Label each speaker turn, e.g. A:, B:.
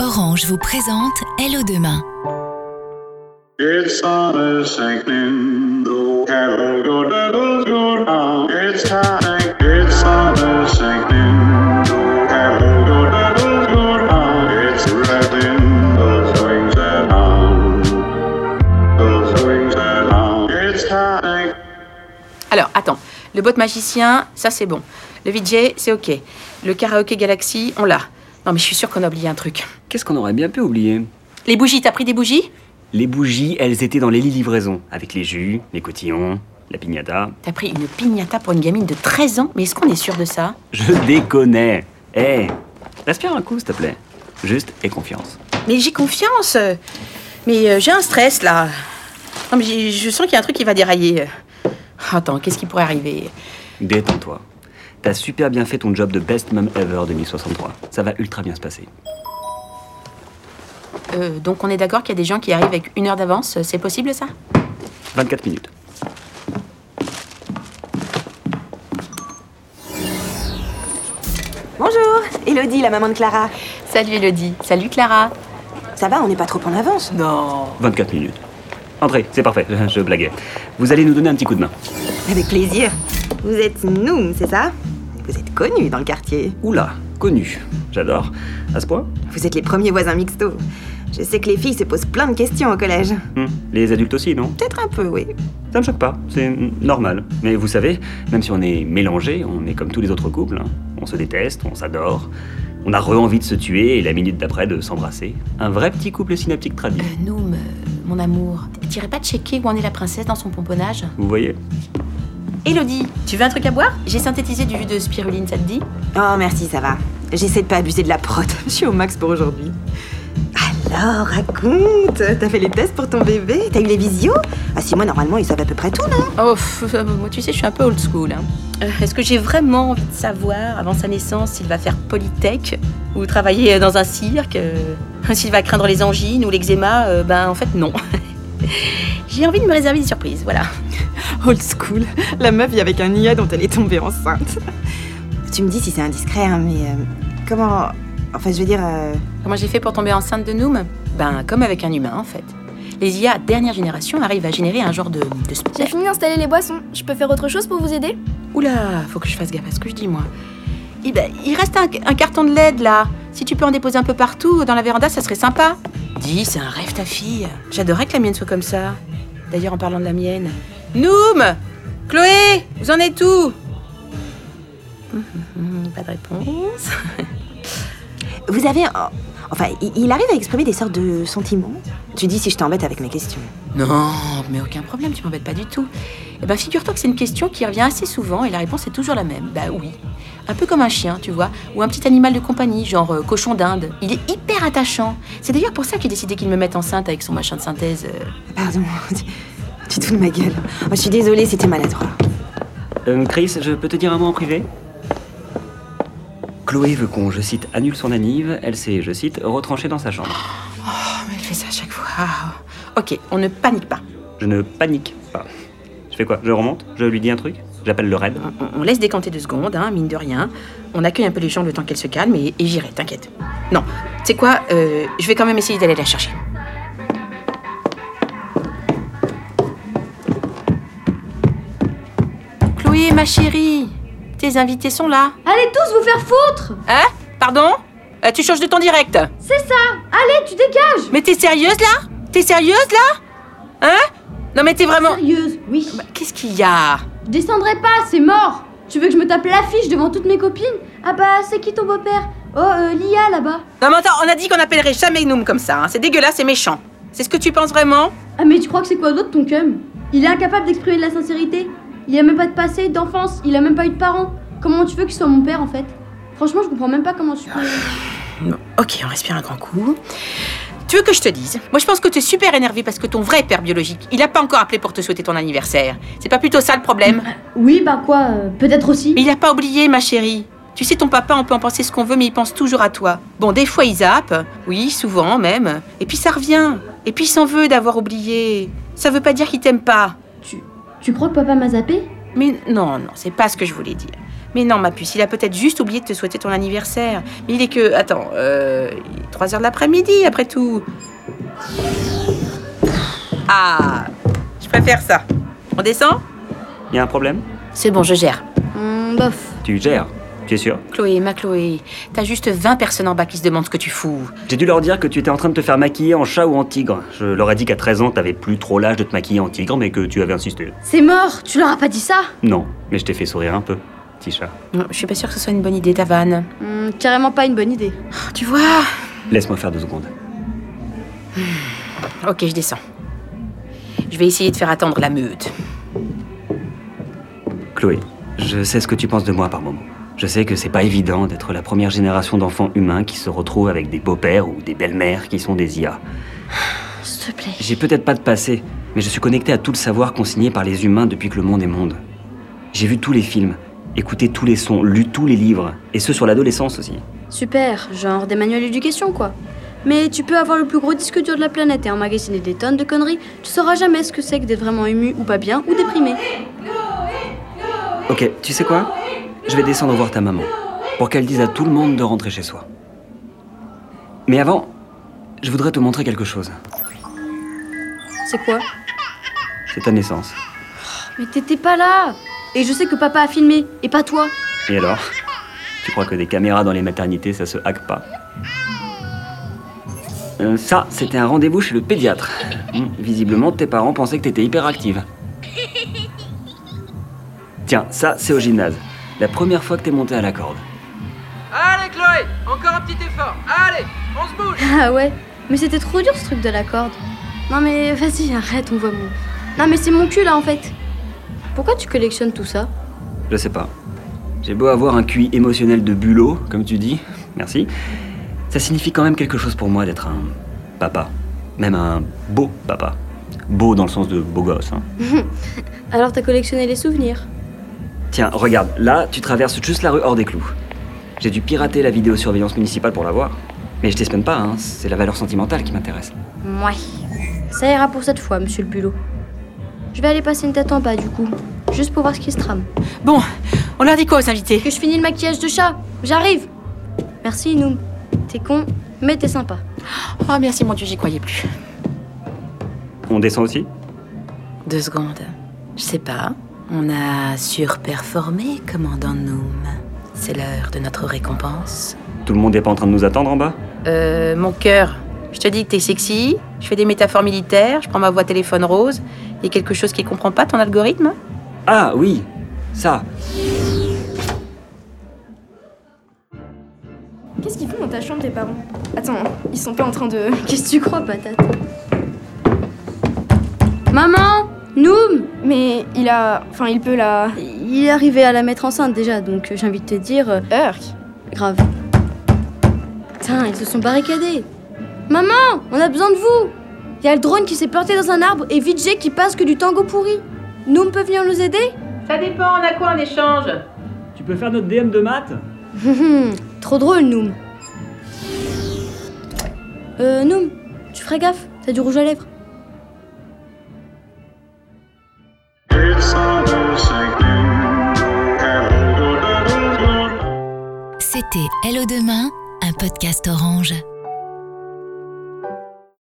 A: Orange vous présente Hello Demain.
B: It's on a sinking, the cattle go down, go down. It's time, it's on a sinking, the cattle go down, go down. It's rattling the swings and down, the swings and down. It's time.
C: Alors, attends. Le bot magicien, ça c'est bon. Le VJ, c'est ok. Le karaoké Galaxy, on l'a. Non, mais je suis sûre qu'on a oublié un truc.
D: Qu'est-ce qu'on aurait bien pu oublier
C: Les bougies, t'as pris des bougies
D: Les bougies, elles étaient dans les lits livraison, avec les jus, les cotillons, la pignata.
C: T'as pris une pignata pour une gamine de 13 ans Mais est-ce qu'on est sûr de ça
D: Je déconnais Hé Respire un coup, s'il te plaît. Juste et confiance.
C: Mais j'ai confiance Mais euh, j'ai un stress, là. Non, mais j'ai- je sens qu'il y a un truc qui va dérailler. Attends, qu'est-ce qui pourrait arriver
D: Détends-toi. T'as super bien fait ton job de best mom ever 2063. Ça va ultra bien se passer.
C: Euh, Donc, on est d'accord qu'il y a des gens qui arrivent avec une heure d'avance C'est possible, ça
D: 24 minutes.
E: Bonjour, Elodie, la maman de Clara.
C: Salut, Elodie. Salut, Clara.
E: Ça va, on n'est pas trop en avance.
C: Non
D: 24 minutes. Entrez, c'est parfait, je blaguais. Vous allez nous donner un petit coup de main.
E: Avec plaisir. Vous êtes Noom, c'est ça Vous êtes connus dans le quartier.
D: Oula, connu. J'adore. À ce point
E: Vous êtes les premiers voisins mixtos. Je sais que les filles se posent plein de questions au collège.
D: Hmm, Les adultes aussi, non
E: Peut-être un peu, oui.
D: Ça me choque pas, c'est normal. Mais vous savez, même si on est mélangé, on est comme tous les autres couples. hein. On se déteste, on s'adore, on a re-envie de se tuer et la minute d'après de s'embrasser. Un vrai petit couple synaptique tradit.
C: Euh, Noom, euh, mon amour, t'irais pas checker où en est la princesse dans son pomponnage
D: Vous voyez
C: Elodie, tu veux un truc à boire J'ai synthétisé du jus de spiruline, ça te dit
E: Oh, merci, ça va. J'essaie de pas abuser de la prod. Je suis au max pour aujourd'hui. Alors, raconte T'as fait les tests pour ton bébé T'as eu les visios Ah si, moi, normalement, ils savent à peu près tout, non
C: Oh, pff, euh, moi tu sais, je suis un peu old school. hein. Euh, Est-ce que j'ai vraiment envie de savoir, avant sa naissance, s'il va faire Polytech ou travailler euh, dans un cirque euh, S'il va craindre les angines ou l'eczéma euh, Ben en fait, non. j'ai envie de me réserver des surprises, voilà.
E: Old school. La meuf, il y avec un IA dont elle est tombée enceinte. Tu me dis si c'est indiscret, hein, mais... euh, comment... Enfin, je veux dire... euh,
C: Comment j'ai fait pour tomber enceinte de Noom Ben comme avec un humain en fait. Les IA dernière génération arrivent à générer un genre de, de
F: J'ai fini d'installer les boissons. Je peux faire autre chose pour vous aider
C: Oula, faut que je fasse gaffe à ce que je dis, moi. Eh ben, il reste un, un carton de LED, là. Si tu peux en déposer un peu partout, dans la véranda, ça serait sympa. Dis, c'est un rêve, ta fille. J'adorerais que la mienne soit comme ça. D'ailleurs, en parlant de la mienne... Noom Chloé Vous en êtes où Hum, hum, hum, Pas de réponse.
E: Vous avez... oh, Enfin, il- il arrive à exprimer des sortes de sentiments. Tu dis si je t'embête avec mes questions.
C: Non, mais aucun problème, tu m'embêtes pas du tout. Eh ben, figure-toi que c'est une question qui revient assez souvent et la réponse est toujours la même. Bah oui. Un peu comme un chien, tu vois, ou un petit animal de compagnie, genre euh, cochon d'Inde. Il est hyper attachant. C'est d'ailleurs pour ça qu'il décidait qu'il me mette enceinte avec son machin de synthèse. euh.
E: Pardon, tu- tu te fous de ma gueule. Oh, je suis désolée, c'était maladroit.
D: Euh, Chris, je peux te dire un mot en privé Chloé veut qu'on, je cite, annule son anniv. Elle s'est, je cite, retranchée dans sa chambre.
C: Oh, mais elle fait ça à chaque fois. Ah, Ok, on ne panique pas.
D: Je ne panique pas. Je fais quoi Je remonte Je lui dis un truc J'appelle le raid
C: On- On, on laisse décanter deux secondes, hein, mine de rien. On accueille un peu les gens le temps qu'elle se calme et, et j'irai, t'inquiète. Non, tu sais quoi, euh, je vais quand même essayer d'aller la chercher. Chloé, ma chérie, tes invités sont là.
F: Allez tous vous faire foutre
C: Hein Pardon Euh, Tu changes de ton direct.
F: C'est ça Allez, tu dégages
C: Mais t'es sérieuse là T'es sérieuse là Hein Non mais t'es vraiment...
F: Sérieuse, oui.
C: Bah, Qu'est-ce qu'il y a
F: Je descendrai pas, c'est mort Tu veux que je me tape l'affiche devant toutes mes copines Ah bah, c'est qui ton beau-père Oh, euh, Lia, là-bas.
C: Non mais attends, on a dit qu'on n'appellerait jamais Noom comme ça. hein. C'est dégueulasse, c'est méchant. C'est ce que tu penses vraiment
F: Ah mais tu crois que c'est quoi d'autre ton cum Il est incapable d'exprimer de la sincérité. Il a même pas de passé, d'enfance, il a même pas eu de parents. Comment tu veux qu'il soit mon père en fait Franchement, je comprends même pas comment tu peux...
C: Bon, ok, on respire un grand coup. Tu veux que je te dise Moi, je pense que tu es super énervé parce que ton vrai père biologique, il a pas encore appelé pour te souhaiter ton anniversaire. C'est pas plutôt ça le problème
F: Oui, bah quoi, euh, peut-être aussi.
C: Mais il a pas oublié, ma chérie. Tu sais, ton papa, on peut en penser ce qu'on veut, mais il pense toujours à toi. Bon, des fois, il zappe. Oui, souvent même. Et puis, ça revient. Et puis, il s'en veut d'avoir oublié. Ça veut pas dire qu'il t'aime pas.
F: Tu, tu crois que papa m'a zappé
C: Mais non, non, c'est pas ce que je voulais dire. Mais non, ma puce, il a peut-être juste oublié de te souhaiter ton anniversaire. Mais il est que. Attends, euh. 3 heures de l'après-midi, après tout. Ah Je préfère ça. On descend
D: Y a un problème
C: C'est bon, je gère.
F: Hum, bof.
D: Tu gères Tu es sûr
C: Chloé, ma Chloé, t'as juste 20 personnes en bas qui se demandent ce que tu fous.
D: J'ai dû leur dire que tu étais en train de te faire maquiller en chat ou en tigre. Je leur ai dit qu'à 13 ans, t'avais plus trop l'âge de te maquiller en tigre, mais que tu avais insisté.
F: C'est mort, tu leur as pas dit ça
D: Non, mais je t'ai fait sourire un peu, petit chat.
C: Je suis pas sûre que ce soit une bonne idée, ta vanne.
F: Hum, Carrément pas une bonne idée.
C: Tu vois
D: Laisse-moi faire deux secondes.
C: Ok, je descends. Je vais essayer de faire attendre la meute.
D: Chloé, je sais ce que tu penses de moi par moment. Je sais que c'est pas évident d'être la première génération d'enfants humains qui se retrouvent avec des beaux-pères ou des belles-mères qui sont des IA.
F: S'il te plaît.
D: J'ai peut-être pas de passé, mais je suis connecté à tout le savoir consigné par les humains depuis que le monde est monde. J'ai vu tous les films, écouté tous les sons, lu tous les livres, et ceux sur l'adolescence aussi.
F: Super, genre des manuels d'éducation quoi. Mais tu peux avoir le plus gros disque dur de la planète et emmagasiner des tonnes de conneries, tu sauras jamais ce que c'est que d'être vraiment ému ou pas bien ou déprimé.
D: Ok, tu sais quoi Je vais descendre voir ta maman, pour qu'elle dise à tout le monde de rentrer chez soi. Mais avant, je voudrais te montrer quelque chose.
F: C'est quoi
D: C'est ta naissance.
F: Mais t'étais pas là Et je sais que papa a filmé, et pas toi.
D: Et alors Tu crois que des caméras dans les maternités, ça se hack pas Euh, Ça, c'était un rendez-vous chez le pédiatre. Hmm, Visiblement, tes parents pensaient que t'étais hyperactive. Tiens, ça, c'est au gymnase. La première fois que t'es montée à la corde.
G: Allez Chloé, encore un petit effort. Allez, on se bouge.
F: Ah ouais Mais c'était trop dur ce truc de la corde. Non mais vas-y, arrête, on voit mon... Non mais c'est mon cul là en fait. Pourquoi tu collectionnes tout ça
D: Je sais pas. J'ai beau avoir un QI émotionnel de bulot, comme tu dis, merci. Ça signifie quand même quelque chose pour moi d'être un papa. Même un beau papa. Beau dans le sens de beau gosse. hein.
F: Alors t'as collectionné les souvenirs.
D: Tiens, regarde, là, tu traverses juste la rue hors des clous. J'ai dû pirater la vidéosurveillance municipale pour la voir. Mais je t'espionne pas, hein, c'est la valeur sentimentale qui m'intéresse.
F: Ouais. Ça ira pour cette fois, monsieur le bulot. Je vais aller passer une tête en bas du coup, juste pour voir ce qui se trame.
C: Bon, on leur dit quoi aux invités
F: Que je finis le maquillage de chat, j'arrive Merci Noum. T'es con, mais t'es sympa.
C: Oh merci mon Dieu, j'y croyais plus.
D: On descend aussi
C: Deux secondes. Je sais pas. On a surperformé, commandant Noom. C'est l'heure de notre récompense.
D: Tout le monde n'est pas en train de nous attendre en bas
C: Euh, mon cœur, je te dis que t'es sexy, je fais des métaphores militaires, je prends ma voix téléphone rose. Y a quelque chose qui comprend pas ton algorithme
D: Ah oui, ça.
H: Qu'est-ce qu'ils font dans ta chambre, tes parents Attends, ils sont pas en train de.
F: Qu'est-ce que tu crois, patate Maman Noum
H: Mais il a. Enfin, il peut la.
F: Il est arrivé à la mettre enceinte déjà, Ah, donc j'ai envie de te dire, euh,
H: Urk
F: grave. Putain, ils se sont barricadés Maman On a besoin de vous Il y a le drone qui s'est planté dans un arbre et Vijay qui passe que du tango pourri Noum peut venir nous aider
C: Ça dépend, on a quoi en échange
D: Tu peux faire notre DM de maths
F: Hum, hum, Trop drôle, Noom. Euh, Noom, tu ferais gaffe, t'as du rouge à lèvres.
B: It's summer sinking, hello, good, good, good.
A: C'était Hello Demain, un podcast orange.